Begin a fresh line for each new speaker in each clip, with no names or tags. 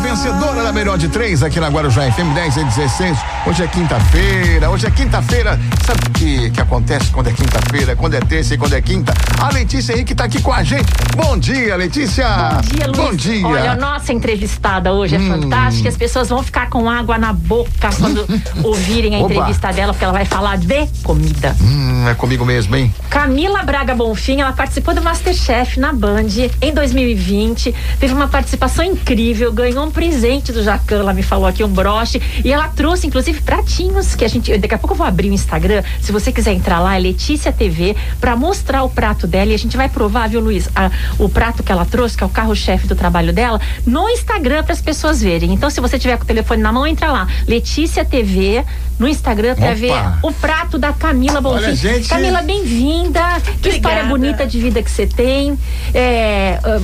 vencedora da melhor de três aqui na Guarujá FM 10 e 16. Hoje é quinta-feira, hoje é quinta-feira. Sabe o que, que acontece quando é quinta-feira, quando é terça e quando é quinta? A Letícia Henrique tá aqui com a gente. Bom dia, Letícia.
Bom dia, Luiz.
Bom dia. Hum.
Olha, a nossa entrevistada hoje é fantástica. As pessoas vão ficar com água na boca quando ouvirem a
Oba.
entrevista dela, porque ela vai falar de comida.
Hum, é comigo mesmo, hein?
Camila Braga Bonfim, ela participou do Masterchef na Band em 2020, teve uma participação incrível, ganhou um presente do Jacan, ela me falou aqui, um broche, e ela trouxe, inclusive, pratinhos que a gente, daqui a pouco eu vou abrir o Instagram, se você quiser entrar lá, é Letícia TV, pra mostrar o prato dela, e a gente vai provar, viu, Luiz, a- o prato que ela trouxe, que é o carro-chefe do trabalho dela, no Instagram para as pessoas verem. Então, se você tiver com o telefone na mão, entra lá, Letícia TV, no Instagram pra
Opa.
ver o prato da Camila Bonfim.
Olha, gente.
Camila, bem-vinda. Que história bonita de vida que você tem. É, ah,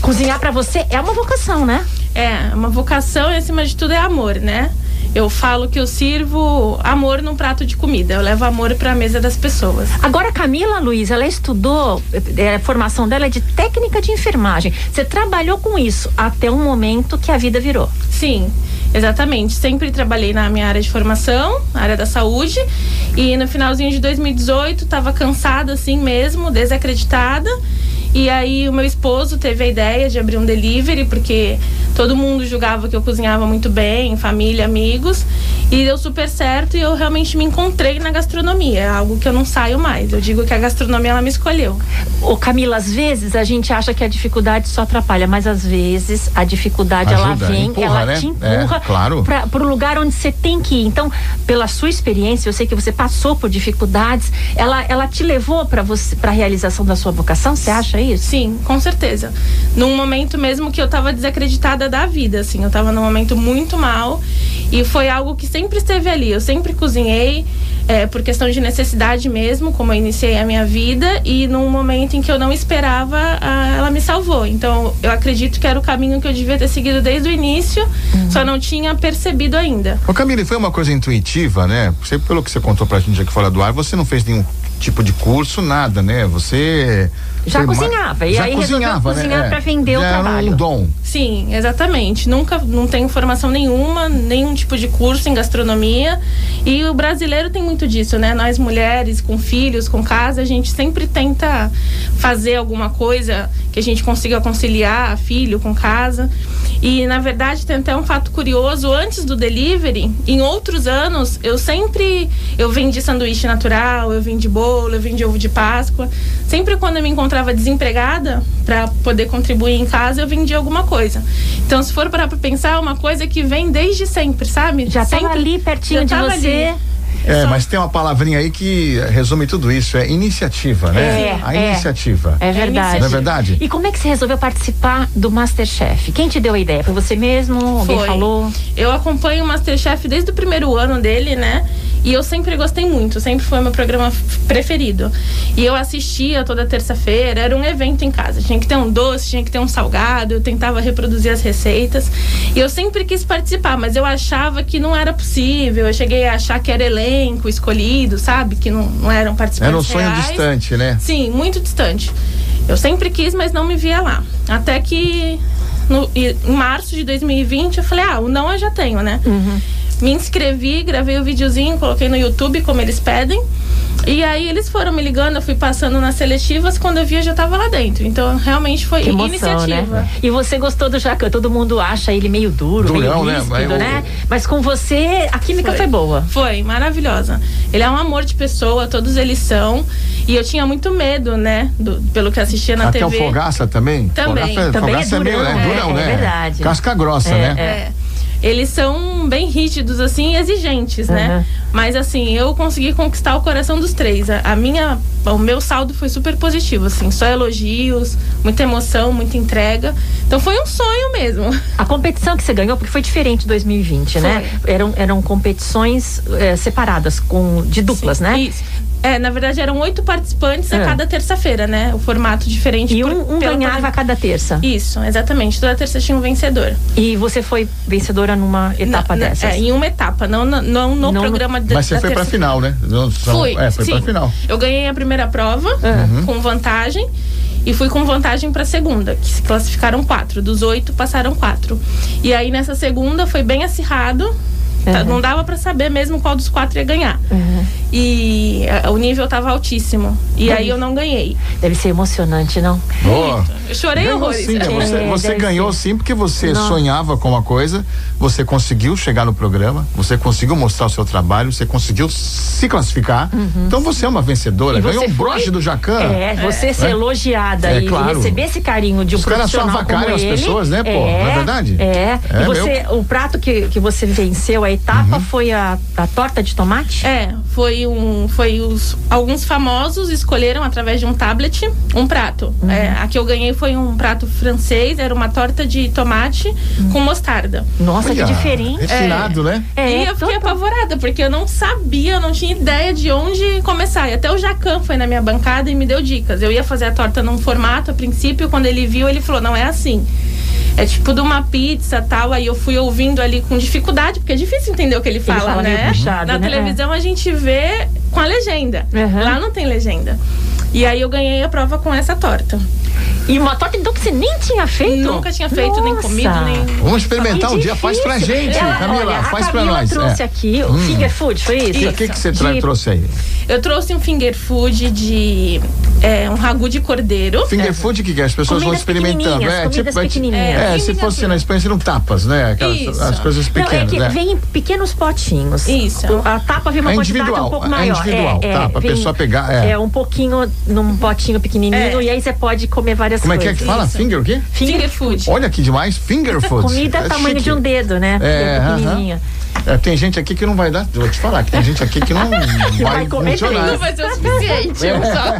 cozinhar pra você é uma vocação, né?
É, uma vocação e acima de tudo é amor, né? Eu falo que eu sirvo amor num prato de comida. Eu levo amor pra mesa das pessoas.
Agora, a Camila Luiz, ela estudou, eh, a formação dela é de técnica de enfermagem. Você trabalhou com isso até um momento que a vida virou.
Sim, exatamente. Sempre trabalhei na minha área de formação, área da saúde. E no finalzinho de 2018, estava cansada assim mesmo, desacreditada. E aí o meu esposo teve a ideia de abrir um delivery, porque todo mundo julgava que eu cozinhava muito bem, família, amigos. E deu super certo e eu realmente me encontrei na gastronomia. É algo que eu não saio mais. Eu digo que a gastronomia ela me escolheu.
Ô, Camila, às vezes a gente acha que a dificuldade só atrapalha, mas às vezes a dificuldade
Ajuda,
ela vem,
empurra,
ela
né?
te empurra
É, claro.
pra, pro lugar onde você tem que ir. Então, pela sua experiência, eu sei que você passou por dificuldades, ela, ela te levou para você para realização da sua vocação, você acha isso?
Sim, com certeza. Num momento mesmo que eu tava desacreditada da vida, assim, eu tava num momento muito mal e foi algo que sempre esteve ali. Eu sempre cozinhei eh, por questão de necessidade mesmo, como eu iniciei a minha vida e num momento em que eu não esperava, ah, ela me salvou. Então, eu acredito que era o caminho que eu devia ter seguido desde o início, só não tinha percebido ainda.
Ô Camille, foi uma coisa intuitiva, né? Você, pelo que você contou pra gente aqui fora do ar, você não fez nenhum tipo de curso, nada, né? Você.
Já
foi ma-
cozinhava, e aí resolveu cozinhar pra vender o
Já Era
trabalho.
É. um dom.
Sim, exatamente. Nunca, não tenho formação nenhuma, nenhum tipo de curso em gastronomia. E o brasileiro tem muito disso, né? Nós mulheres, com filhos, com casa, a gente sempre tenta fazer alguma coisa que a gente consiga conciliar filho com casa. E, na verdade, tem até um fato curioso. Antes do delivery, em outros anos, eu sempre... Eu vendi sanduíche natural, eu vendi bolo, eu vendi ovo de Páscoa. Sempre quando eu me encontrava desempregada, para poder contribuir em casa, eu vendia alguma coisa. Então, se for parar pra pensar, é uma coisa que vem desde sempre, sabe?
Já
sempre
estava ali pertinho
Já
de
tava
você.
ali.
É,
Só-
mas tem uma palavrinha aí que resume tudo isso, é iniciativa, né?
É,
a
é.
iniciativa.
É verdade.
iniciativa.
Não é verdade?
E como é que você resolveu participar do Masterchef? Quem te deu a ideia? Foi você mesmo? Alguém
Foi.
falou?
Eu acompanho o Masterchef desde o primeiro ano dele, né? E eu sempre gostei muito, sempre foi meu programa f- preferido. E eu assistia toda terça-feira, era um evento em casa. Tinha que ter um doce, tinha que ter um salgado, eu tentava reproduzir as receitas. E eu sempre quis participar, mas eu achava que não era possível. Eu cheguei a achar que era elenco escolhido, sabe? Que não, não eram participantes.
Era um sonho
reais.
distante, né?
Sim, muito distante. Eu sempre quis, mas não me via lá. Até que no, e- em março de 2020 eu falei, ah, o não eu já tenho, né?
Uhum.
Me inscrevi, gravei o videozinho, coloquei no YouTube como eles pedem. E aí eles foram me ligando, eu fui passando nas seletivas, quando eu via já tava lá dentro. Então realmente foi
Que emoção,
iniciativa.
né? E você gostou do Jacan? Todo mundo acha ele meio duro,
Durão, né?
meio ríspido,
Mas
né?
o-
Mas com você, a química foi, boa.
Foi, maravilhosa. Ele é um amor de pessoa, todos eles são. E eu tinha muito medo, né? do- pelo que eu assistia na
Até
TV.
é o Fogaça também.
Também.
Fogaça,
Também é
Fogaça é meio
durão,
é,
é,
durão,
é
né?
verdade.
Casca grossa,
É,
né?
É. Eles são bem rígidos, assim, e exigentes, né? Mas, assim, eu consegui conquistar o coração dos três. A, a minha, o meu saldo foi super positivo, assim. Só elogios, muita emoção, muita entrega. Então, foi um sonho mesmo.
A competição que você ganhou, porque foi diferente de 2020, né? Eram, eram competições eh, separadas, com, de duplas, né?
Isso. É, na verdade, eram oito participantes
É.
a cada terça-feira, né? O formato diferente.
E
por-
um, um
pela-
ganhava a cada terça.
Isso, exatamente. Toda terça tinha um vencedor.
E você foi vencedora numa etapa
Na- na-
dessas.
É, em uma etapa, não, na- não no
Não no-
programa da,
Mas você
da
foi pra
terça-
final, Uhum. né? Não, são-
Fui.
É, foi
sim.
pra final.
Eu ganhei a primeira prova com vantagem. e fui com vantagem para a segunda, que se classificaram quatro. Dos oito, passaram quatro. E aí nessa segunda foi bem acirrado. Tá,
Uhum.
Não dava para saber mesmo qual dos quatro ia ganhar. E ah, o nível tava altíssimo. E aí eu não ganhei.
Deve ser emocionante, não?
Boa.
Eu chorei
Ganhou
horrores.
sim, né? Você,
É,
você
deve
ganhou sim porque você
Não.
sonhava com uma coisa, você conseguiu chegar no programa, você conseguiu mostrar o seu trabalho, você conseguiu se classificar. Então você é uma vencedora,
Uhum. E você
ganhou um
foi-
broche do Jacan.
É, você ser
É.
elogiada
É,
e
claro.
receber esse carinho de um
Os caras só
profissional
avacalham
como
as
ele,
pessoas, né, pô?
É,
Não é verdade?
É.
É, Uhum.
e você, o prato que, que você venceu, a etapa, foi a, a torta de tomate?
É, foi um. Foi os. Alguns famosos escolheram através de um tablet um prato. É, a que eu ganhei foi um prato francês, era uma torta de tomate com mostarda.
Nossa,
Olha,
que diferente.
Refinado, né?
É,
e eu fiquei apavorada, porque eu não sabia, eu não tinha ideia de onde começar. E até o Jacan foi na minha bancada e me deu dicas. Eu ia fazer a torta num formato a princípio, quando ele viu, ele falou: não é assim. É tipo de uma pizza tal. Aí eu fui ouvindo ali com dificuldade, porque é difícil entender o que ele fala,
fala meio
né?
puxado,
na
né?
televisão a gente vê com a legenda.
Uhum.
Lá não tem legenda. E aí eu ganhei a prova com essa torta.
E uma torta então que você nem tinha feito?
Nunca tinha feito, nem
Então, Nossa.
comido, nem.
Vamos experimentar um
Que
dia, faz pra
difícil.
gente,
Ela-
Camila,
olha,
faz
a
pra
Camila
nós.
trouxe
é.
aqui o finger food, foi isso?
E o que, que você
De-
tra- trouxe aí?
Eu trouxe um finger food de. é, um ragu de cordeiro.
Finger food, o que, que é? As pessoas vão
Comidas
experimentando.
pequenininhas,
É,
comidas
tipo, é, ti-
pequenininhas.
é, se
Comidas
fosse na
pequenininhas.
Espanha, seriam tapas, né? Aquelas
Isso.
as coisas
Não, é
pequenas.
que
né?
vem em pequenos potinhos.
Isso.
A tapa vem uma
É
quantidade
individual,
um pouco
é
maior.
individual, tá? Pra
vem-
pessoa pegar, é.
um pouquinho num potinho pequenininho
É.
e aí você pode comer várias
Como é que é
coisas.
que fala?
Isso.
Finger o quê?
Finger food.
Olha que demais, finger food.
Comida
é
tamanho
chique.
de um dedo, né?
É,
Dedo
aham.
pequenininho.
É, tem gente aqui que não vai dar. Vou te falar, que tem gente aqui que não vai,
vai comer
funcionar.
três.
Não vai ser o suficiente. eu só-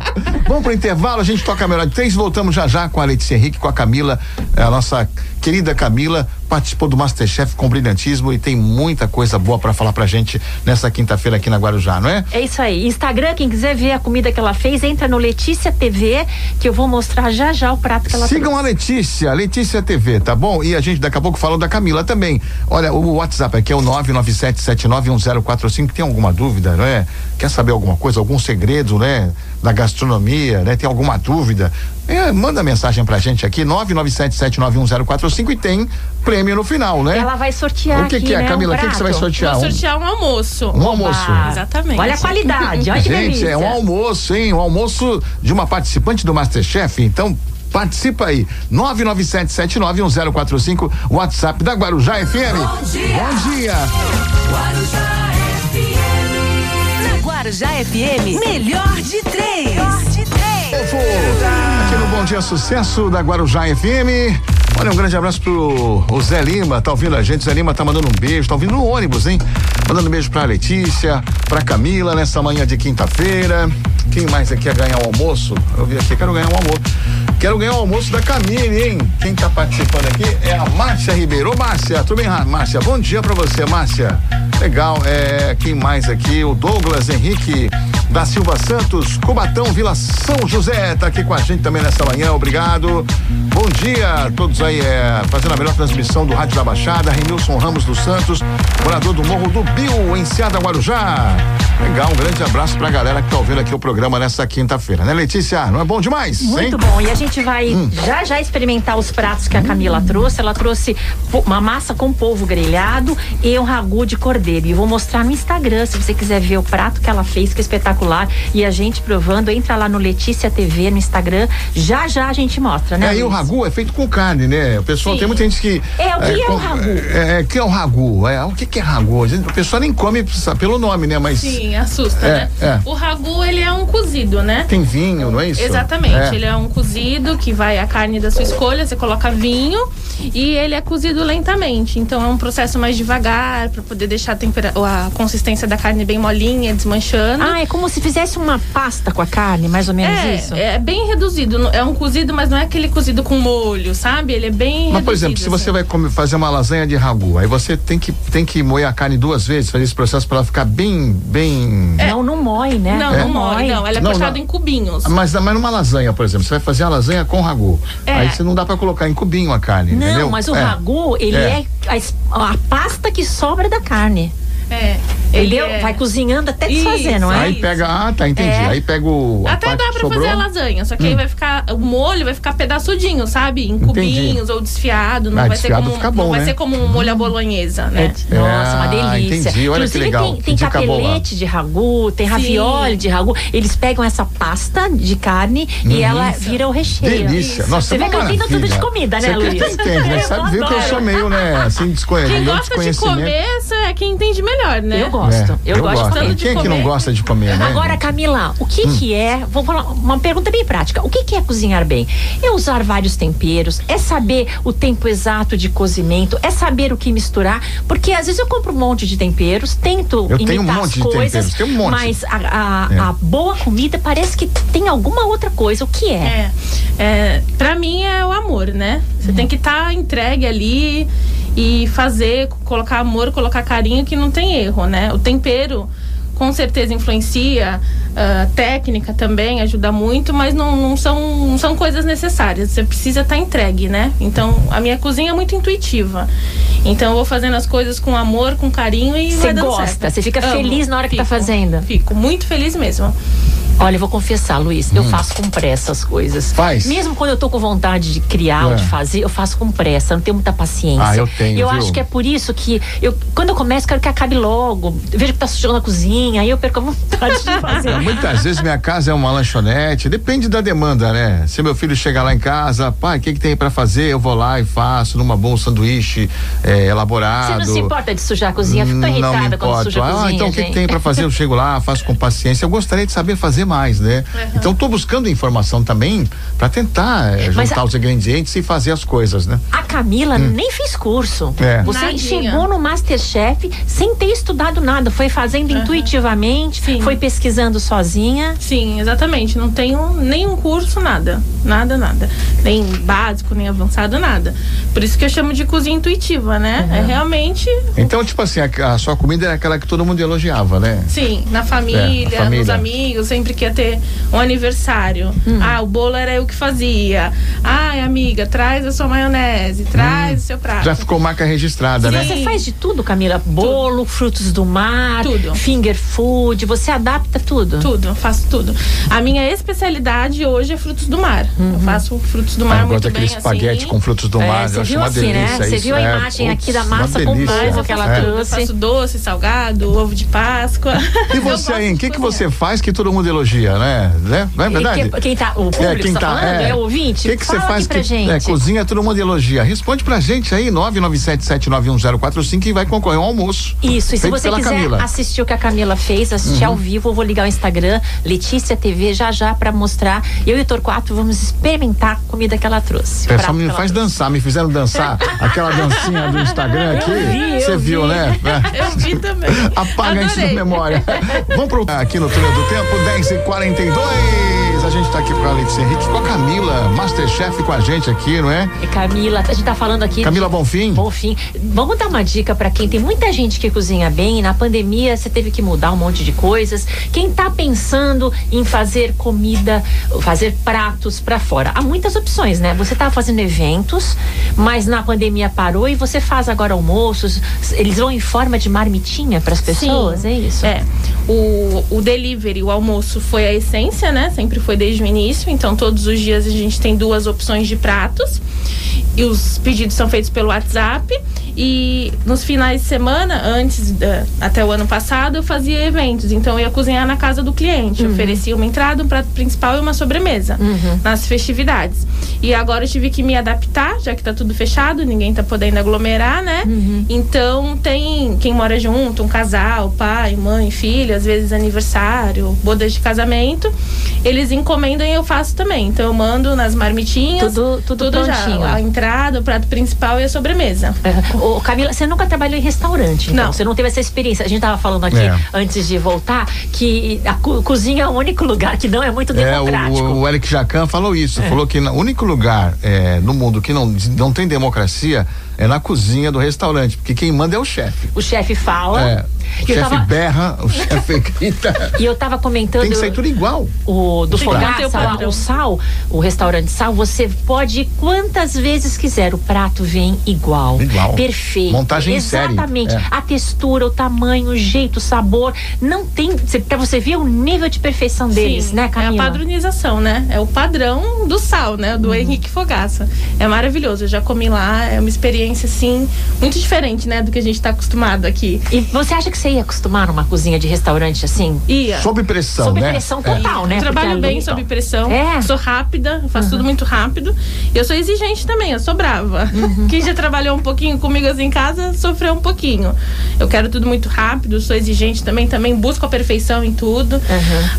Vamos pro intervalo, a gente toca a melhor de três. Voltamos já já com a Letícia Henrique, com a Camila, é, a nossa querida Camila, participou do Masterchef com brilhantismo e tem muita coisa boa pra falar pra gente nessa quinta-feira aqui na Guarujá, não é?
É isso aí. Instagram, quem quiser ver a comida que ela fez, entra no Letícia TV, que eu vou mostrar já já o prato que ela fez.
Sigam a Letícia, Letícia TV, tá bom? E a gente daqui a pouco falou da Camila também. Olha, o WhatsApp aqui é o 997791045. Tem alguma dúvida, né? Quer saber alguma coisa, algum segredo, né? Da gastronomia, né? Tem alguma dúvida? É, manda mensagem pra gente aqui, 997791045 e tem prêmio no final, né?
Ela vai sortear
O que
aqui,
que é,
né,
Camila?
um
o que, que você vai
prato.
sortear?
Vou
Um,
sortear um almoço.
um almoço.
Ah,
Exatamente.
Olha a qualidade, olha que
Gente,
delícia.
é um almoço, hein? Um almoço de uma participante do Masterchef. Então, participa aí. 997791045, WhatsApp da Guarujá FM. Bom dia.
Na Guarujá FM, melhor de três. Melhor de três.
Fofo. Aqui no Bom Dia Sucesso da Guarujá FM. Olha, um grande abraço pro o Zé Lima, tá ouvindo a gente, Zé Lima tá mandando um beijo, tá ouvindo no ônibus, hein? Mandando um beijo pra Letícia, pra Camila, nessa manhã de quinta-feira. Quem mais aqui quer ganhar o almoço? Eu vi aqui, quero ganhar um almoço. Quero ganhar o almoço da Camille, hein? Quem tá participando aqui é a Márcia Ribeiro. Ô, Márcia, tudo bem, Ra- Márcia? Bom dia pra você, Márcia. Legal, é, quem mais aqui? O Douglas Henrique da Silva Santos, Cubatão, Vila São José, tá aqui com a gente também nessa manhã, obrigado. Bom dia a todos aí, é, fazendo a melhor transmissão do Rádio da Baixada, Renilson Ramos dos Santos, morador do Morro do Bio, em Seada Guarujá. Legal, um grande abraço pra galera que tá ouvindo aqui o programa nessa quinta-feira, né Letícia? Não é bom demais, hein?
Muito bom. E a gente vai
Hum.
já já experimentar os pratos que a Camila trouxe. Ela trouxe po- uma massa com polvo grelhado e um ragu de cordeiro. E eu vou mostrar no Instagram, se você quiser ver o prato que ela fez, que é espetacular. E a gente provando, entra lá no Letícia TV no Instagram. Já já a gente mostra, né?
É, e o
Luiz?
ragu é feito com carne, né? O pessoal
Sim.
tem muita gente que.
É, o que é o
com-
ragu?
É, é, que é o ragu? É, o que, que é ragu? A gente- O pessoal nem come sa- pelo nome, né? Mas
Sim, assusta,
É,
né?
é.
O ragu, ele é um cozido, né?
tem vinho, não é isso?
Exatamente,
É.
ele é um cozido que vai a carne da sua escolha, você coloca vinho e ele é cozido lentamente. Então é um processo mais devagar para poder deixar a, tempera- a consistência da carne bem molinha, desmanchando.
Ah, é como se fizesse uma pasta com a carne, mais ou menos isso.
é, é bem reduzido, não- é um cozido, mas não é aquele cozido com molho, sabe? Ele é bem
Mas, por
reduzido,
exemplo, se
assim.
você vai comer- fazer uma lasanha de ragu, aí você tem que, tem que moer a carne duas vezes, fazer esse processo pra ela ficar bem. bem...
É.
Não, não mói, né?
Não, não morre, não. Ela é
Não,
cortada
não.
em cubinhos.
Mas, mas numa lasanha, por exemplo, você vai fazer a lasanha com ragu.
É.
Aí você não dá pra colocar em cubinho a carne,
Não,
entendeu?
mas o
É.
ragu, ele
É.
é, a es- a, pasta que sobra da carne.
É. Ele
Entendeu?
é-
Vai cozinhando até desfazer,
Isso,
não é?
Aí
isso.
pega. Ah, tá, entendi.
É.
Aí pega o. a
Até
parte
dá
que
pra
sobrou. Hum.
fazer a lasanha, só que aí vai ficar. O molho vai ficar pedaçudinho, sabe? Em cubinhos ou desfiado. Não
Ah,
vai
desfiado
ser como,
fica bom,
não vai
né?
ser como um molho à bolonhesa, né?
É,
Nossa, uma delícia.
entendi, olha que
Inclusive,
legal.
tem, tem
Que dica boa.
capelete de ragu, tem ravioli de ragu. Eles pegam essa pasta de carne e ela vira o recheio.
Uhum. Delícia.
Isso.
Nossa,
Você vê que eu entendo tudo de comida, né,
Luiz?
Luiz?
Você entende, né?
Eu
Sabe ver que eu
adoro.
sou meio, né? Assim, desconhecido.
Quem gosta de comer essa é quem entende melhor, né?
Eu gosto. eu, gosto. também.
de
Quem é que não
comer?
gosta de comer, né? Hum.
Agora, Camila, o que que é? Vou falar uma pergunta bem prática. O que que é cozinhar bem? É usar vários temperos, é saber o tempo exato de cozimento, é saber o que misturar, porque às vezes eu compro um monte de temperos, tento
Eu
imitar
tenho um monte
as
de
coisas,
temperos, tenho um monte.
mas a, a-
É.
a boa comida parece que tem alguma outra coisa. O que é?
É, é, pra mim é o amor, né? Você tem que estar entregue ali e fazer, colocar amor, colocar carinho, que não tem erro, né? O tempero com certeza influencia, ah, técnica também ajuda muito, mas não, não são, não são coisas necessárias. Você precisa estar entregue, né? Então a minha cozinha é muito intuitiva. Então eu vou fazendo as coisas com amor, com carinho e
Você
vai dando
gosta,
certo.
você fica feliz na hora que tá fazendo.
Fico muito feliz mesmo.
Olha, eu vou confessar, Luiz, eu faço com pressa as coisas.
Hum. Faz.
Mesmo quando eu tô com vontade de criar
É.
ou de fazer, eu faço com pressa, eu não tenho muita paciência.
Ah, eu tenho,
E Eu
viu?
acho que é por isso que eu, quando eu começo, quero que acabe logo. Eu Vejo que tá sujando a cozinha, aí eu perco a vontade de fazer.
É, Muitas vezes minha casa é uma lanchonete, depende da demanda, né? Se meu filho chegar lá em casa, pai, o que, que tem pra fazer? Eu vou lá e faço numa boa um sanduíche eh, elaborado.
Você não se importa de sujar a cozinha? Eu Fico tão
Não me
irritada quando
importo.
suja a
Ah,
cozinha.
então o que, que
gente.
tem pra fazer? Eu chego lá, faço com paciência. Eu gostaria de saber fazer mais, né? Então tô buscando informação também pra tentar eh,
Mas
juntar
a-
os ingredientes e fazer as coisas, né?
A Camila nem fez curso.
É.
Você
Nadinha.
chegou no Masterchef sem ter estudado nada. Foi fazendo intuitivamente,
Sim.
foi pesquisando sozinha.
Sim, exatamente. Não tenho nenhum curso, nada. Nada, nada. Nem básico, nem avançado, nada. Por isso que eu chamo de cozinha intuitiva, né?
Uhum.
É realmente,
Então, tipo assim, a, a sua comida era aquela que todo mundo elogiava, né?
sim, na família,
É, a família. Hum.
nos amigos, sempre que ia ter um aniversário. Ah, o bolo era eu que fazia. Ai, amiga, traz a sua maionese,
Hum.
traz o seu prato.
Já ficou marca registrada,
E
né?
você faz de tudo, Camila? Bolo, frutos do mar,
Tudo.
finger food, você adapta tudo?
Tudo, eu faço tudo. A minha especialidade hoje é frutos do mar. Eu faço frutos do
Ah,
mar
eu gosto
muito bem
Uhum. daquele espaguete
assim.
com frutos do mar.
você
eu acho
viu
uma
assim, né?
delícia
Você
isso,
viu a
é.
imagem aqui da
uma
massa com
delícia, É.
pão,
Mas eu
que ela
faço tudo. Eu
trouxe.
faço doce, salgado, ovo de Páscoa.
E
Eu
você,
gosto
hein? O
de
que, que
cozinhar.
você faz que todo mundo elogia, né? né? Não é verdade?
E que- quem tá, o público
É, quem
tá,
tá,
falando? É, o ouvinte?
O que, que você
Fala
faz
aqui pra
que
gente.
é, cozinha, todo mundo elogia? Responde pra gente aí, 997791045 e vai concorrer ao almoço.
Isso, e se
Feito
você
pela
quiser
Camila. Uhum.
assistir o que a Camila fez, assistir ao vivo, eu vou ligar o Instagram, Letícia TV, já já, pra mostrar. Eu e o Torquato vamos experimentar a comida que ela trouxe.
É,
prato
só me
que ela
faz
trouxe.
dançar, me fizeram dançar aquela dancinha do Instagram aqui.
vi, eu
Você viu,
vi.
né? É.
Eu vi também.
Apaga isso da
Adorei.
memória. Vamos pro aqui no Túnel do Tempo, 10 e 42 A gente tá aqui com a Letícia Henrique, com a Camila, Masterchef com a gente aqui, não é?
E Camila, a gente tá falando aqui.
Camila Bonfim.
Bom fim. Vamos dar uma dica pra quem tem muita gente que cozinha bem. e Na pandemia você teve que mudar um monte de coisas. Quem tá pensando em fazer comida, fazer pratos pra fora, há muitas opções, né? Você tá fazendo eventos, mas na pandemia parou e você faz agora almoços. Eles vão em forma de marmitinha pras pessoas, é isso?
É. O, o delivery, o almoço foi a essência, né? Sempre foi desde o início. Então, todos os dias a gente tem duas opções de pratos. E os pedidos são feitos pelo WhatsApp. E nos finais de semana, antes, da- até o ano passado, eu fazia eventos. Então, eu ia cozinhar na casa do cliente.
Uhum.
Eu Oferecia uma entrada, um prato principal e uma sobremesa
Uhum.
nas festividades. E agora eu tive que me adaptar, já que tá tudo fechado, ninguém tá podendo aglomerar, né?
Uhum.
Então tem quem mora junto, um casal, pai, mãe, filho, às vezes aniversário, bodas de casamento. Eles encomendam e eu faço também. Então eu mando nas marmitinhas.
Tudo- tudo prontinho.
já. A entrada, o prato principal e a sobremesa.
É. Ô, Camila, você nunca trabalhou em restaurante, então?
Não.
Você não teve essa experiência. A gente tava falando aqui,
É.
antes de voltar, que a co- cozinha é o único lugar que não é muito
É,
democrático. É.
o, o Eric Jacan falou isso, falou que o único lugar é, no mundo que não, não tem democracia é na cozinha do restaurante, porque quem manda é o chefe.
O chefe fala,
É. O
E eu
chefe
tava,
berra, o chefe grita.
e eu tava comentando.
Tem que sair tudo igual.
o do
Tem que manter
Fogaça,
o
lá,
padrão.
o sal, o restaurante sal, você pode ir quantas vezes quiser, o prato vem igual.
Igual.
Perfeito.
Montagem em série,
Exatamente.
é.
A textura, o tamanho, o jeito, o sabor, não tem, cê- pra você ver o nível de perfeição deles, né,
É
Camila? Uhum.
a padronização, né? É o padrão do sal, né? Do Henrique Fogaça. É maravilhoso. Eu já comi lá, é uma experiência, assim, muito diferente, né? Do que a gente tá acostumado aqui.
E você acha que você ia acostumar numa cozinha de restaurante assim?
Ia.
Sob pressão,
Sob
né?
pressão
É.
total, né?
Eu
Porque
trabalho
ali,
bem
então.
sob pressão.
É?
Sou rápida, eu faço tudo muito rápido. E eu sou exigente também, eu sou brava.
Uhum.
Quem já trabalhou um pouquinho comigo assim em casa sofreu um pouquinho. Eu quero tudo muito rápido, sou exigente também, também busco a perfeição em tudo.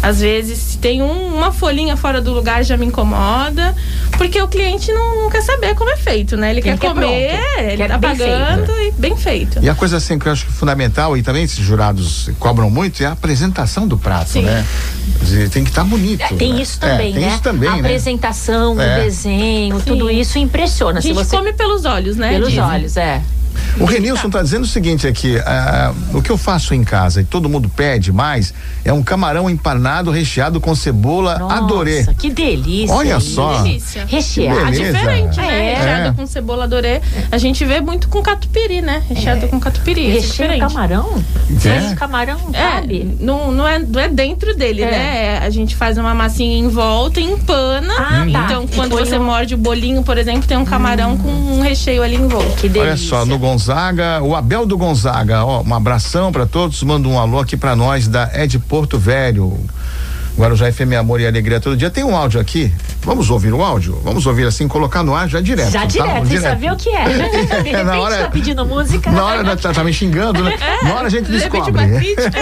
Às vezes, se tem um- uma folhinha fora do lugar, já me incomoda. Porque o cliente não, não quer saber como é feito, né? Ele,
Ele
quer
quer
comer,
pronto,
ele
quer
tá
bem
pagando e bem feito.
E a coisa assim que eu acho que é fundamental, e também esses jurados cobram muito, é a apresentação do prato,
Sim.
né? Quer dizer, Tem que estar bonito.
Tem
né?
isso
É,
também,
tem
né?
isso também,
a
né?
apresentação,
É.
o desenho, tudo isso impressiona.
A
Se
gente
você
come pelos olhos, né?
pelos
Dizem.
olhos, é.
O Renilson está dizendo o seguinte aqui: ah, o que eu faço em casa e todo mundo pede mais é um camarão empanado recheado com cebola.
Nossa,
Adorei.
Que delícia.
Olha
isso.
só.
Delícia.
Recheado.
Que
Ah,
beleza.
diferente, né?
É.
Recheado com cebola dorê. A gente vê muito com catupiry, né? Recheado com catupiry. isso é
Recheio de
diferente.
camarão?
É.
Mas o camarão,
É,
sabe?
não, não, é, não é dentro dele,
É.
né? É, A gente faz uma massinha em volta e empana.
Ah, tá.
Então,
E
quando
põe
você
um- Hum.
morde o bolinho, por exemplo, tem um camarão com um recheio ali em volta.
Que delícia.
Olha só, no Gonzaga, o Abel do Gonzaga, ó, um abração para todos, manda um alô aqui para nós da Ed Porto Velho. Guarujá FM Amor e Alegria todo dia. Tem um áudio aqui. Vamos ouvir o áudio? Vamos ouvir assim, colocar no ar já direto.
Já
tá?
direto, sem
Direto.
saber o que é. De
É,
repente
na hora-
tá pedindo música.
Na hora tá, tá me xingando, né? Na hora a gente
De repente,
descobre. é.
uma crítica.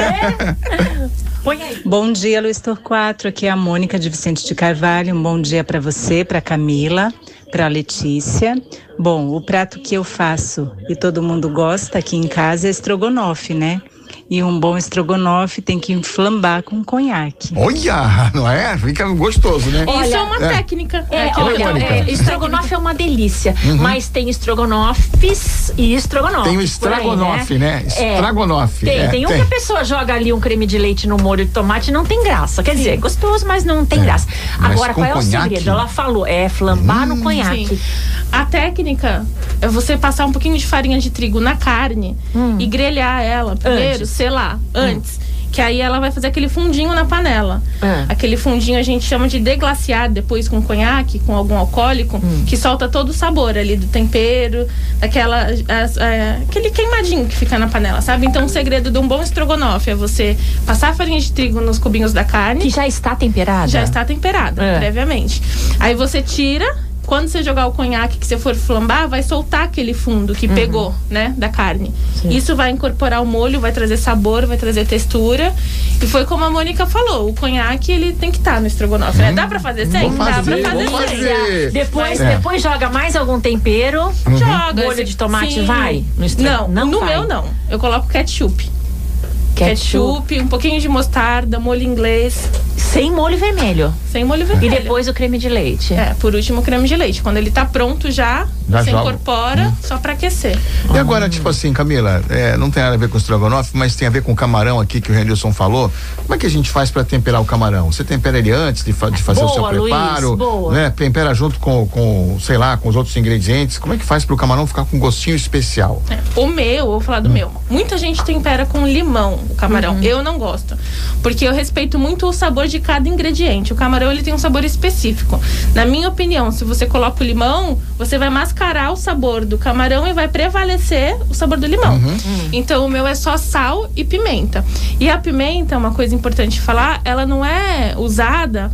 Põe aí.
Bom dia, Luiz Torquato. Aqui é a Mônica de Vicente de Carvalho. Um bom dia para você, para Camila, para Letícia. Bom, o prato que eu faço e todo mundo gosta aqui em casa é estrogonofe, né? E um bom estrogonofe tem que inflambar com conhaque.
Olha, não é? Fica gostoso, né?
Isso é uma
é.
técnica.
É,
que
olha,
olha,
Mônica.
é, estrogonofe é uma delícia, mas tem estrogonofes e estrogonofe.
Uhum. Tem o
por aí,
estragonofe, né?
É.
Estragonofe.
Tem,
é,
tem um que a pessoa joga ali um creme de leite no molho de tomate não tem graça. Quer dizer, é gostoso, mas não tem graça.
Mas
Agora,
com
qual é o
conhaque? Hum.
segredo? Ela falou, é flambar no conhaque.
Sim. A técnica é você passar um pouquinho de farinha de trigo na carne e grelhar ela
Hum.
primeiro,
Antes. Hum.
selar, antes. Que aí ela vai fazer aquele fundinho na panela.
Ah.
Aquele fundinho a gente chama de deglaciar depois com conhaque, com algum alcoólico,
Hum.
que solta todo o sabor ali do tempero, daquela. as- é, aquele queimadinho que fica na panela, sabe?
Hum.
Então o segredo de um bom estrogonofe é você passar a farinha de trigo nos cubinhos da carne.
Que já está temperada.
Já está temperada,
É.
previamente. Aí você tira. Quando você jogar o conhaque que você for flambar, vai soltar aquele fundo que
Uhum.
pegou, né, da carne. Isso vai incorporar o molho, vai trazer sabor, vai trazer textura. E foi como a Mônica falou, o conhaque ele tem que estar no estrogonofe, né? Dá pra fazer
é
sem? Dá
fazer,
pra fazer
Uhum. vou
sem.
fazer.
Depois,
É.
depois joga mais algum tempero.
Uhum.
Joga.
Molho
esse-
de tomate
Sim.
vai no estro-
Não,
não
no
vai.
meu não. Eu coloco ketchup.
Ketchup.
Ketchup, um pouquinho de mostarda, molho inglês,
Sem molho vermelho.
sem molho
E
vermelho.
depois o creme de leite.
É, por último, o creme de leite. Quando ele tá pronto já,
Já
você
joga. Uhum.
incorpora só pra aquecer.
E agora, tipo assim, Camila, é, não tem nada a ver com estrogonofe, mas tem a ver com o camarão aqui que o Renilson falou. Como é que a gente faz pra temperar o camarão? Você tempera ele antes de, fa- de fazer o seu
Boa, Luiz,
preparo?
boa.
Né? Tempera junto com, com, sei lá, com os outros ingredientes. Como é que faz pro camarão ficar com um gostinho especial?
É, O meu, vou
Uhum.
falar do meu. Muita gente tempera com limão o camarão. Eu não gosto. Porque eu respeito muito o sabor de cada ingrediente. O camarão ele tem um sabor específico. Na minha opinião, se você coloca o limão, você vai mascarar o sabor do camarão e vai prevalecer o sabor do limão.
Uhum.
Então o meu é só sal e pimenta. E a pimenta, uma coisa importante de falar, ela não é usada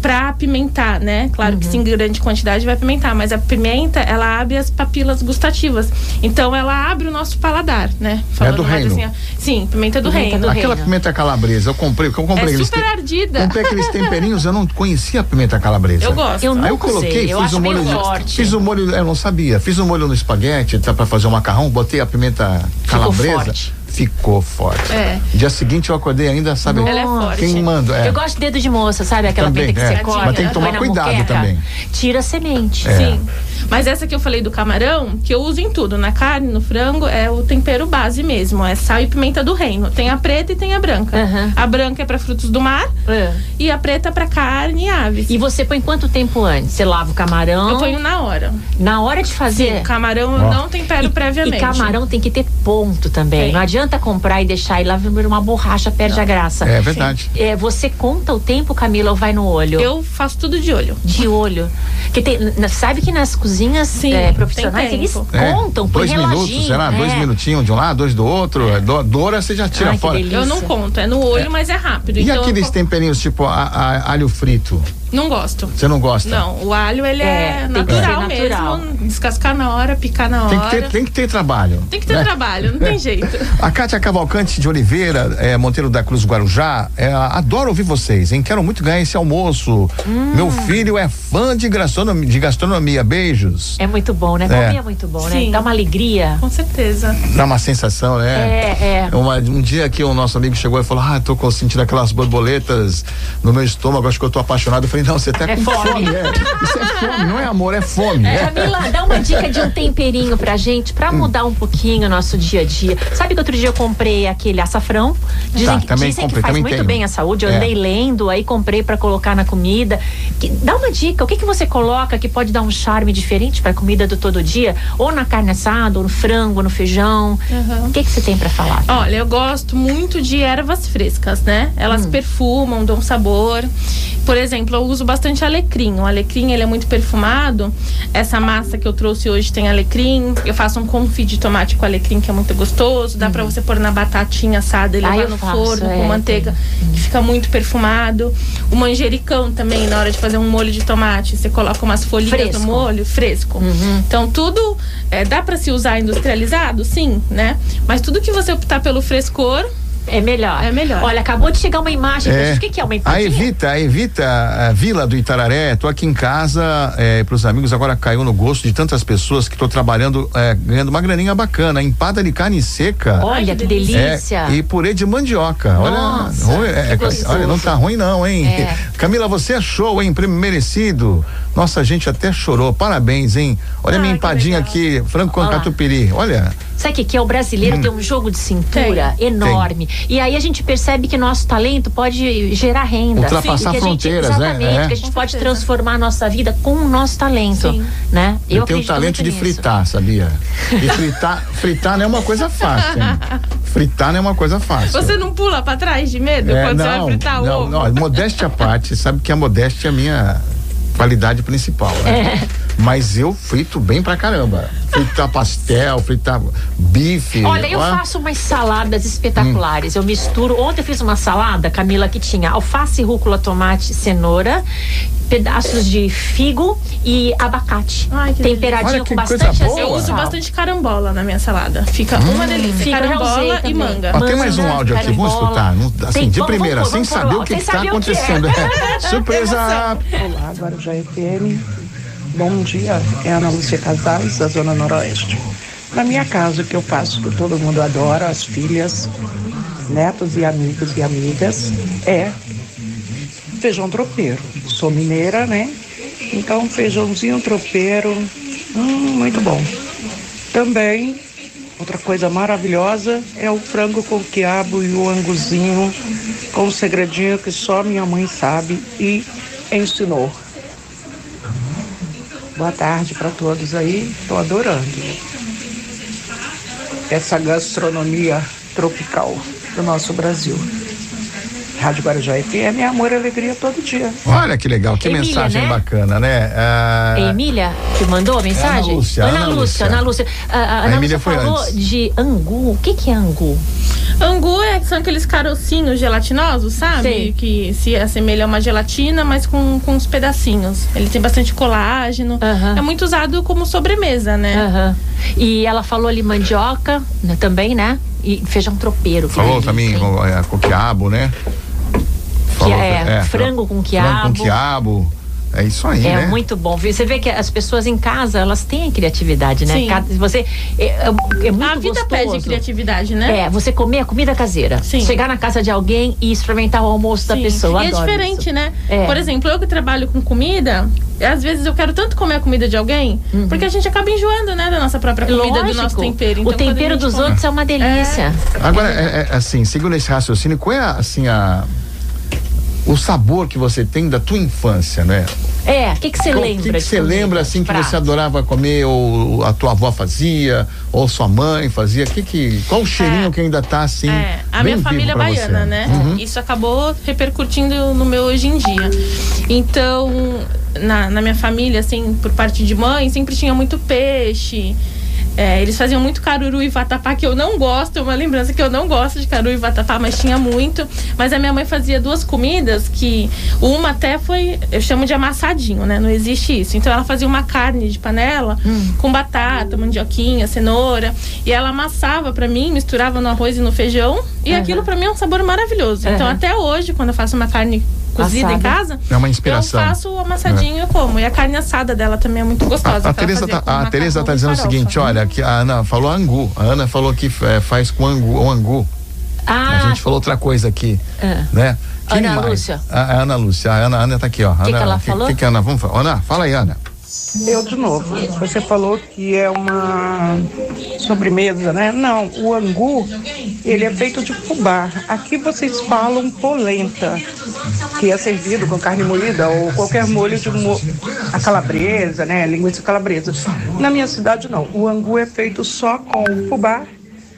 pra apimentar, né? Claro
Uhum.
que sim, em grande quantidade vai apimentar, mas a pimenta, ela abre as papilas gustativas. Então ela abre o nosso paladar, né?
É
do
mais
reino.
sim, pimenta do reino.
Aquela
reino.
pimenta calabresa, eu comprei, eu comprei
É
eles
super
têm-
ardida.
Comprei aqueles temperinhos, eu não conhecia a pimenta calabresa.
Eu gosto.
Eu
Aí eu
não
coloquei,
sei, eu
fiz
acho
um
meio
molho.
forte.
Fiz um molho, eu não sabia. Fiz um molho no espaguete, tá, pra fazer um macarrão, botei a pimenta
Ficou
calabresa.
forte.
ficou forte.
É.
Dia seguinte eu acordei ainda, sabe?
Ela é forte.
Quem manda? É.
Eu gosto de dedo de moça, sabe? Aquela
Também,
peita que
é.
você corta.
Mas tem que
põe
tomar
na
cuidado
moqueca,
também. É.
Tira a semente.
Sim. Mas essa que eu falei do camarão, que eu uso em tudo, na carne, no frango, é o tempero base mesmo. É sal e pimenta do reino. Tem a preta e tem a branca.
Aham.
A branca é pra frutos do mar
É.
e a preta é pra carne e aves.
E você põe quanto tempo antes? Você lava o camarão?
Eu ponho um na hora.
Na hora de fazer.
O camarão eu
Ó.
não tempero previamente.
E camarão tem que ter ponto também.
Tem.
Não adianta comprar e deixar e lá vir uma borracha, perde a graça.
É verdade.
É, você conta o tempo, Camila, ou vai no olho?
Eu faço tudo de olho.
De olho. Que tem, n- sabe que nas cozinhas
Sim,
é, profissionais,
tem
eles
tempo.
É,
contam por
dois
reloginho.
minutos, será? Dois
é.
minutinhos de um lado, dois do outro. Do- Dora você já tira
Ai, que
fora.
delícia.
Eu não
Isso.
conto, é no olho, mas é rápido.
E
então
aqueles
eu co-
temperinhos tipo a- a- alho frito?
Não gosto.
Você não gosta?
Não, o alho ele é,
É, tem que ser
natural
natural.
mesmo. Descascar na hora, picar na
Tem que,
hora.
ter, É. tem que ter trabalho. né?
Tem que ter trabalho, não tem jeito.
A Kátia Cavalcante de Oliveira, eh, Monteiro da Cruz Guarujá, eh, adoro ouvir vocês, hein? Quero muito ganhar esse almoço.
Hum.
Meu filho é fã de gastronomia. De gastronomia. Beijos.
É muito bom, né? Comer é muito bom, né?
Sim.
Dá uma alegria.
Com certeza.
Dá uma sensação, né?
É, é.
Uma- um dia que o nosso amigo chegou e falou: Ah, tô com- sentindo aquelas borboletas no meu estômago, acho que eu tô apaixonado. Eu falei: Não, você tá
É
com
fome.
fome. é. Isso é fome, não é amor, é fome. né?
Camila, dá uma dica de um temperinho pra gente, pra mudar um pouquinho o nosso dia a dia. Sabe que outro dia eu comprei aquele açafrão? Dizem,
Tá,
que-
também
dizem
comprei,
que faz
também
muito
tenho.
bem à saúde. Eu
É.
andei lendo, aí comprei pra colocar na comida. Que- dá uma dica, o que, que você coloca que pode dar um charme diferente pra comida do todo dia? Ou na carne assada, ou no frango, no feijão.
Aham.
O que, que você tem pra falar?
Olha, eu gosto muito de ervas frescas, né? Elas
Hum.
perfumam, dão sabor. Por exemplo, eu uso bastante alecrim. O alecrim, ele é muito perfumado. Essa massa que eu trouxe hoje tem alecrim. Eu faço um confit de tomate com alecrim, que é muito gostoso. Dá pra você pôr na batatinha assada e
Uhum. Ah,
levar
eu
no
faço,
forno
é,
com
tem.
manteiga, que fica muito perfumado. O manjericão também, na hora de fazer um molho de tomate, você coloca umas folhinhas
Fresco. Uhum.
no molho molho fresco. Então tudo é, dá para se usar industrializado, sim, né? Mas tudo que você optar pelo frescor,
É melhor.
É melhor.
Olha, acabou de chegar uma imagem.
É.
O que, que é uma
A
empadinha?
Evita, a Evita, a Vila do Itararé, tô aqui em casa, é, pros amigos, agora caiu no gosto de tantas pessoas que tô trabalhando, é, ganhando uma graninha bacana, empada de carne seca.
Olha, que
Ai, que
delícia.
É, e purê de mandioca.
Nossa,
olha, ruim, é,
que
é, olha, não tá ruim não, hein?
É.
Camila, você é show, hein? Prêmio merecido. Nossa, a gente até chorou. Parabéns, hein? Olha a minha
Ah, que
empadinha
legal.
aqui, frango com
Olha lá.
catupiry. Olha,
Sabe o que, que é? O brasileiro
Hum.
tem um jogo de cintura enorme. E aí a gente percebe que nosso talento pode gerar renda.
Ultrapassar
E que a gente-
fronteiras, né?
exatamente,
É.
que a gente
Com
pode
certeza.
transformar a nossa vida com o nosso talento.
Sim.
Né?
eu, tenho o
acredito
talento
muito
de
nisso.
fritar, sabia? E fritar, fritar não é uma coisa fácil, hein? Fritar não é uma coisa fácil.
você não pula para trás de medo
É,
quando você vai fritar o
não,
ovo.
não, modéstia à parte, sabe que a modéstia é a minha qualidade principal,
É.
né? Mas eu frito bem pra caramba. Fritar pastel, fritar bife.
Olha, eu
ó. Hum.
faço umas saladas espetaculares. Eu misturo. Ontem eu fiz uma salada, Camila, que tinha alface, rúcula, tomate, cenoura, pedaços de figo e abacate.
Ai, que delícia.
temperadinho
Olha que
com
coisa
bastante
boa.
azeite.
Eu uso
sal.
bastante carambola na minha salada. Fica
Hum.
uma delícia.
Fica, eu já usei
carambola e
também.
manga.
Ó, tem mais um áudio aqui, vamos escutar. Não- assim,
Tem-
de
vamos-
primeira,
vamos-
sem
vamos pro
saber o
áudio,
que
sem
está
saber o que é.
acontecendo. né? Surpresa!
Olá, Guarujá FM. Bom dia, é Ana Lúcia Casais, da Zona Noroeste. Na minha casa, o que eu faço, que todo mundo adora, as filhas, netos e amigos e amigas, é feijão tropeiro. Sou mineira, né? Então, feijãozinho tropeiro, hum, muito bom. Também, outra coisa maravilhosa é o frango com quiabo e o anguzinho, com um segredinho que só minha mãe sabe e ensinou. Boa tarde para todos aí, estou adorando essa gastronomia tropical do nosso Brasil. Rádio Guarujá FM é amor e alegria todo dia.
Olha que legal, que
Emília,
mensagem
né?
bacana, né? Ah,
É Emília que mandou a mensagem?
Ana Lúcia,
Ana
Ana
Lúcia.
Lúcia.
Ana Lúcia. Ah, ah, Ana
Emília
Lúcia
foi
falou
antes.
de angu. O que, que é angu?
Angu é, são aqueles carocinhos gelatinosos, sabe?
Sei.
Que se assemelha a uma gelatina, mas com, com uns pedacinhos. Ele tem bastante colágeno.
Aham. É,
É muito usado como sobremesa, né?
Aham. E ela falou ali mandioca né, também, né? E feijão tropeiro. que
falou
delícia,
também
hein?
com, é, com quiabo, né?
Que é,
é,
frango com
Frango
quiabo.
com quiabo. É isso aí,
É
né?
muito bom. viu? Você vê que as pessoas em casa, elas têm criatividade, né?
Sim.
Cada- Você, é, é, é muito
A vida
gostoso.
pede criatividade, né?
É, você comer a comida caseira.
Sim.
Chegar na casa de alguém e experimentar o almoço da
Sim.
pessoa.
E é
Adoro
diferente,
isso.
né?
É.
Por exemplo, eu que trabalho com comida, às vezes eu quero tanto comer a comida de alguém, porque a gente acaba enjoando, né, da nossa própria comida, do
Uhum.
nosso
É Lógico.
tempero.
o
Então, quando a
tempero
gente
dos
come-
outros é uma delícia.
Agora, é- é, assim, seguindo esse raciocínio, qual é a- assim, a, o sabor que você tem da tua infância, né?
É, o que que você
Qual-
lembra?
O que que
de
você
comida,
lembra, assim,
de
que
prato?
você adorava comer, ou a tua avó fazia, ou sua mãe fazia? Que que, qual o cheirinho
É.
que ainda tá, assim,
É, a
bem
minha
vivo
família é
pra você? Uhum.
baiana, né? Isso acabou repercutindo no meu hoje em dia. Então, na, na minha família, assim, por parte de mãe, sempre tinha muito peixe. É, eles faziam muito caruru e vatapá, que eu não gosto, é uma lembrança que eu não gosto de caruru e vatapá, mas tinha muito. Mas a minha mãe fazia duas comidas que uma até foi, eu chamo de amassadinho, né? Não existe isso. Então ela fazia uma carne de panela
Hum.
com batata, mandioquinha, cenoura, e ela amassava pra mim, misturava no arroz e no feijão, e aquilo pra mim é um sabor maravilhoso. Então
Aham.
até hoje, quando eu faço uma carne cozida
Assada.
em casa,
É uma inspiração.
eu faço o amassadinho e eu como. E a carne assada dela também é muito gostosa.
A, a
que ela
Tereza
fazia
tá,
com
a Tereza
macarrão
tá
e
dizendo o
farofa.
né?
seguinte, olha, que a Ana falou angu. A Ana falou que é, faz com angu, o angu. A
Ah,
gente falou outra coisa aqui,
É.
né?
Ana Lúcia.
A, a Ana Lúcia. A Ana, a Ana tá aqui, ó. O
que ela falou?
que, que a Ana, vamos falar. Ana, fala aí, Ana.
Eu de novo. Você falou que é uma sobremesa, né? Não, o angu, ele é feito de fubá. Aqui vocês falam polenta, que é servido com carne molida ou qualquer molho de mo a calabresa, né? Linguiça calabresa. Na minha cidade não. O angu é feito só com fubá,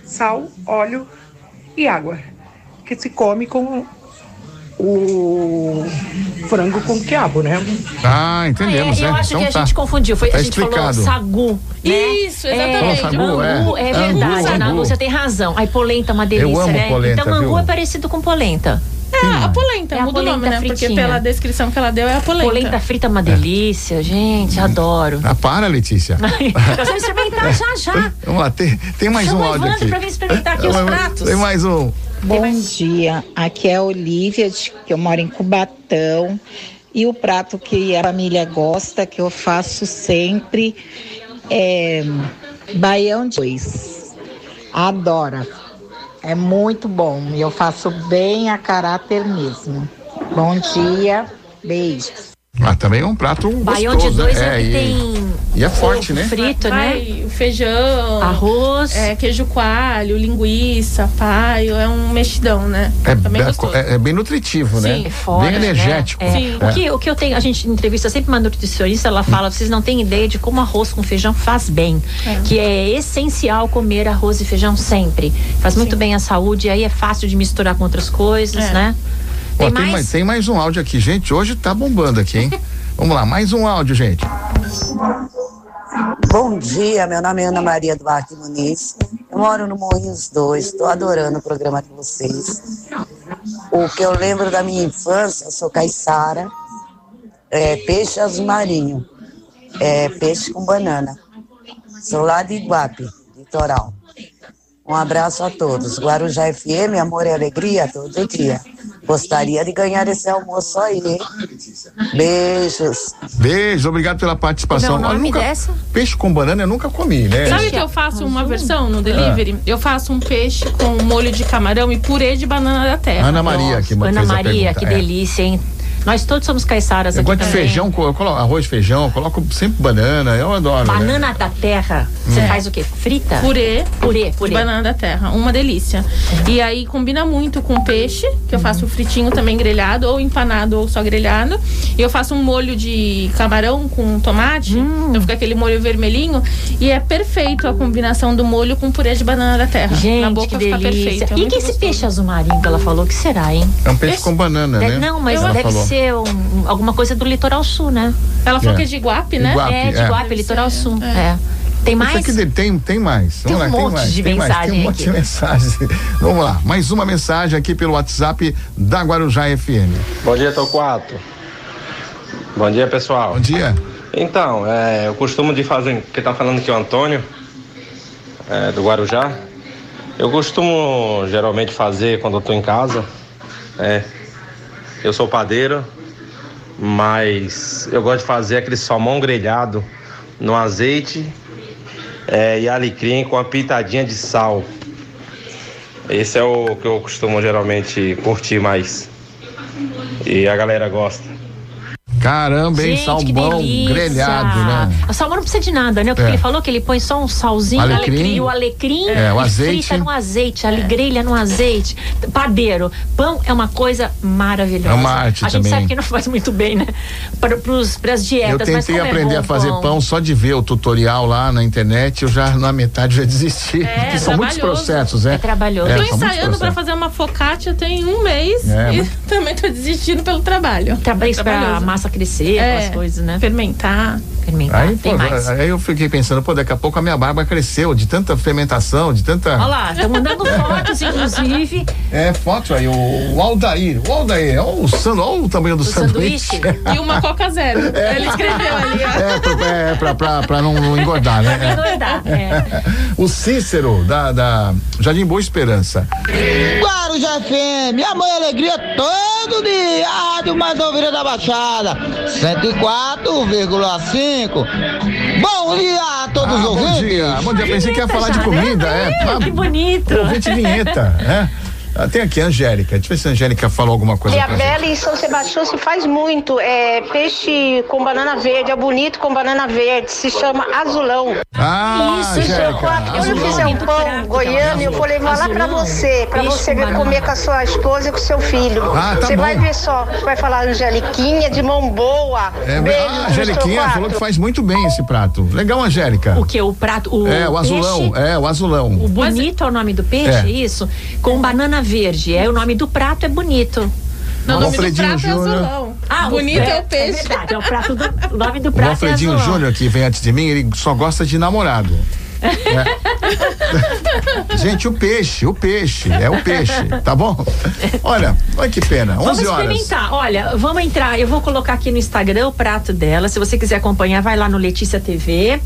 sal, óleo e água, que se come com o frango com quiabo, né?
Ah, entendemos,
é,
né?
eu acho
Então
que a
tá.
gente confundiu. Foi,
Tá
a gente
explicado.
falou sagu. né?
Isso,
Falou
exatamente.
sagu, é.
Angu, é,
Angu,
verdade,
sagu.
Ana Lúcia tem razão. Aí polenta é uma delícia,
amo
né?
polenta,
então angu
viu?
é parecido com polenta.
É, a polenta,
É a
muda o nome,
polenta
né? Porque
fritinha.
pela descrição que ela deu é a polenta.
Polenta frita é uma delícia, gente, adoro.
Ah, para, Letícia.
Nós vamos experimentar já já.
Vamos lá, tem, tem mais
Chama
um
o
áudio
Evandro
aqui.
pra vir experimentar aqui os
Tem mais-
pratos.
Tem mais um.
Bom dia, aqui é a Olivia, de- que eu moro em Cubatão. E o prato que a família gosta, que eu faço sempre, é baião de dois. Adora. É muito bom. E eu faço bem a caráter mesmo. Bom dia, beijos.
Ah, também é um prato
Baião de
gostoso,
dois
né?
é,
e,
que tem
e é forte,
ovo
né?
frito, né?
Vai, o feijão,
Arroz.
é, queijo coalho, linguiça, paio, é um mexidão, né?
É,
Também
be-
gostoso.
é- é bem nutritivo, né?
Sim, é forte,
bem
né?
energético.
É. O, que, o que eu tenho, a gente entrevista sempre uma nutricionista, ela fala, vocês não têm ideia de como arroz com feijão faz bem. Que é essencial comer arroz e feijão sempre. Faz muito bem à saúde, aí é fácil de misturar com outras coisas,
É.
né?
Ó,
Tem
tem, mais?
mais?
tem mais um áudio aqui, gente. Hoje tá bombando aqui, hein? Vamos lá, mais um áudio, gente.
Bom dia, meu nome é Ana Maria Duarte Muniz. Eu moro no Morrinhos 2, estou adorando o programa de vocês. O que eu lembro da minha infância, eu sou caiçara, é, peixe azul marinho, é, peixe com banana. Sou lá de Iguape, litoral. Um abraço a todos. Guarujá FM, amor e alegria todo dia. Gostaria de ganhar esse almoço aí, hein? Beijos.
Beijo, obrigado pela participação.
Como é o
Olha,
nome
nunca-
dessa?
Peixe com banana eu nunca comi, né?
Sabe que eu faço uma versão no delivery?
Ah.
Eu faço um peixe com molho de camarão e purê de banana da terra.
Ana Maria que mandou
é? Ana
fez a
Maria,
pergunta,
que
é.
delícia, hein? Nós todos somos caiçaras
Eu
aqui
gosto de
também.
feijão, co- eu coloco arroz, feijão, eu coloco sempre banana, eu adoro. né?
Banana da terra, você faz o quê? Frita?
É. Purê.
Purê,
de
purê.
Banana da terra, uma delícia. E aí combina muito com peixe, que eu faço fritinho também grelhado, ou empanado ou só grelhado. E eu faço um molho de camarão com tomate,
Hum.
então fica aquele molho vermelhinho. E é perfeito a combinação do molho com purê de banana da terra.
Gente,
Na boca
que
fica
delícia.
perfeito. é
e
muito
que esse
gostoso.
peixe azul marinho que ela falou, que será, hein?
É um peixe com banana,
Deve-
né?
Não, mas
Ela
deve
falou.
ser um- alguma coisa do litoral sul, né?
Ela falou
É.
que é de guape, né?
Iguape,
é, de
é.
Guape, litoral sul. É. Tem
Isso
mais?
aqui de- tem, tem mais.
Tem um
Vamos lá,
monte
tem mais,
de
tem mais, tem um
mensagem
monte de mensagem. Vamos lá, mais uma mensagem aqui pelo WhatsApp da Guarujá FM.
Bom dia, Torquato. Bom dia, pessoal.
Bom dia.
Então, é, eu costumo de fazer. Quem tá falando aqui é o Antônio, é, do Guarujá. Eu costumo geralmente fazer quando eu tô em casa. é, eu sou né? padeiro, Mas eu gosto de fazer aquele salmão grelhado no azeite é, e alecrim com uma pitadinha de sal. Esse é o que eu costumo geralmente curtir mais. E a galera gosta.
Caramba, hein?
Gente, que
Salmão
delícia.
grelhado, né?
O salmão não precisa de nada, né? O que
É.
ele falou que ele põe só um salzinho,
Alecrim.
alecrim, o alecrim,
É, o
e
azeite.
frita no azeite, ali grelha no azeite, padeiro. Pão é uma coisa maravilhosa.
É uma arte
A gente
também.
sabe que não faz muito bem, né? Para pros, pras
Eu
dietas, mas
tentei
como é
aprender
bom
a fazer pão só de ver o tutorial lá na internet, eu já na metade já desisti.
É,
porque são muitos
trabalhoso.
processos, né?
É trabalhoso.
É,
Tô
Tô
são muitos
ensaiando pra
processos.
fazer uma focaccia tem um mês
É,
e
mas-
também tô desistindo pelo trabalho. Tá
Trabalho Tá, pra
É Trabalhoso.
massa crescer,
É.
aquelas coisas, né?
Fermentar.
Fermentar,
Aí,
Ah, tem
pô,
mais.
aí eu fiquei pensando, pô, daqui a pouco a minha barba cresceu de tanta fermentação, de tanta.
Olha lá, estão mandando fotos, inclusive,
É, foto aí, o, o Aldair. O Aldair, olha o, san- olha o tamanho do,
do sanduíche.
E uma Coca Zero. Ele escreveu ali, ó.
É, pro- é, pra, pra, pra não, não engordar, né? É.
tá.
Engordar, é.
O Cícero, da, da Jardim Boa Esperança.
Guarujá FM, a mãe alegria todo dia, a rádio mais ouvida da Baixada, 104,5. Bom dia a todos os
Ah, bom
ouvintes.
dia, bom dia. Pensei que ia falar de comida, é. Ah,
Que bonito.
Ouvinte vinheta, né? Ah, Tem aqui a Angélica. Deixa eu ver se a Angélica falou alguma coisa pra gente.
Ilhabela e São Sebastião se faz muito. É peixe com banana verde, é bonito com banana verde, se chama azulão.
Ah,
Isso,
Angélica.
chocolate.
Quando eu
azulão.
fizer um
é
pão goiano, eu vou levar lá pra você, pra você ver comer com a sua esposa e com o seu filho.
Ah, tá
você vai
bom.
ver só, você vai falar Angeliquinha de mão boa.
É,
Beijo,
ah, a Angeliquinha
Sr.
falou que
Quatro.
faz muito bem esse prato. Legal, Angélica.
O que? O prato. O
É, o
peixe?
azulão. É, o
O
azulão.
bonito é o nome do peixe,
É.
isso? Com banana verde. É o nome do prato, é bonito.
No nome do
Alfredinho
prato
Júnior.
é azulão.
Ah,
Bonito é, o peixe.
verdade, é o prato do, o nome do
O
prato é
Alfredinho
azulão.
Júnior, que vem antes de mim, ele só gosta de namorado. É. Gente, o peixe, o peixe, é o peixe, tá bom? Olha, olha que pena, 11
Vamos
horas.
experimentar. Olha, vamos entrar. Eu vou colocar aqui no Instagram o prato dela. Se você quiser acompanhar, vai lá no Letícia TV.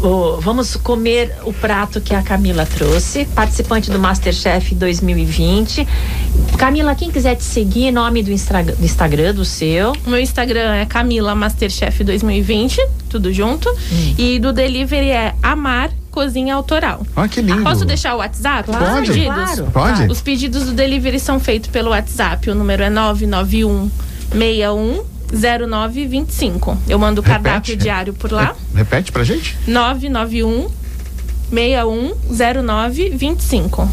Ô, vamos comer o prato que a Camila trouxe, participante do Masterchef 2020. Camila, quem quiser te seguir, nome do, instra- do Instagram, do seu.
O meu Instagram é Camila Masterchef 2020, tudo junto. E do delivery é Amar Cozinha Autoral.
Olha que lindo.
Posso deixar o WhatsApp? Os
Pode,
pedidos? Tá.
claro. Pode.
Os pedidos do delivery são feitos pelo WhatsApp. O número é 991 61 0925. Eu mando o cardápio
Repete.
diário por lá.
Repete pra gente?
É. 991 610925.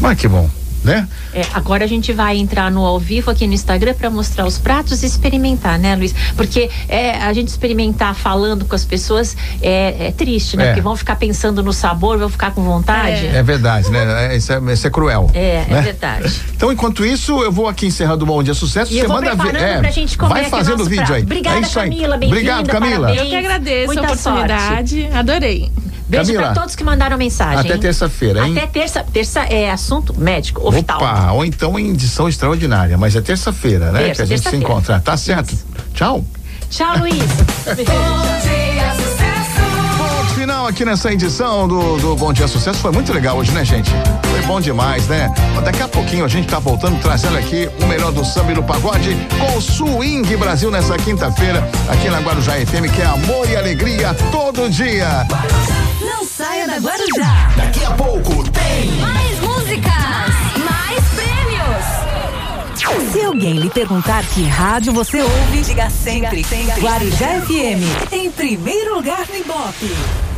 Mas que bom, né?
É, agora a gente vai entrar no ao vivo aqui no Instagram para mostrar os pratos e experimentar, né, Luiz? Porque é, a gente experimentar falando com as pessoas é, é triste, né?
É.
Porque vão ficar pensando no sabor, vão ficar com vontade.
É verdade, né? É, Isso é, isso é cruel.
É, é
né?
verdade.
Então, enquanto isso, eu vou aqui encerrando o Bom Dia Sucesso.
E
Você
eu vou
manda ver.
preparando
É,
pra gente comer
vai
aqui
fazendo o
nosso
vídeo
prato.
aí.
Obrigada,
é isso aí.
Camila, bem-vinda,
Obrigado, Camila.
parabéns.
Eu que agradeço
Muita
a oportunidade. Adorei.
Beijo
Camila,
para todos que mandaram mensagem.
Até
hein?
terça-feira, hein?
Até terça, terça é assunto médico, oftalmo.
Opa, ou então em edição extraordinária, mas é terça-feira, né?
Terça,
que a gente se
terça-feira.
encontra. Tá certo? Tchau.
Tchau, Luiz.
Ponto final aqui nessa edição do, do Bom Dia Sucesso. Foi muito legal hoje, né, gente? Foi bom demais, né? Daqui a pouquinho a gente tá voltando trazendo aqui o melhor do samba e do pagode com o Swing Brasil nessa quinta-feira, aqui na Guarujá FM, que é amor e alegria todo dia.
Não saia da Guarujá.
Daqui a pouco tem.
Mais músicas, mais prêmios. Se alguém lhe perguntar que rádio você ouve, diga sempre, sempre. Guarujá FM, em primeiro lugar no Ibope.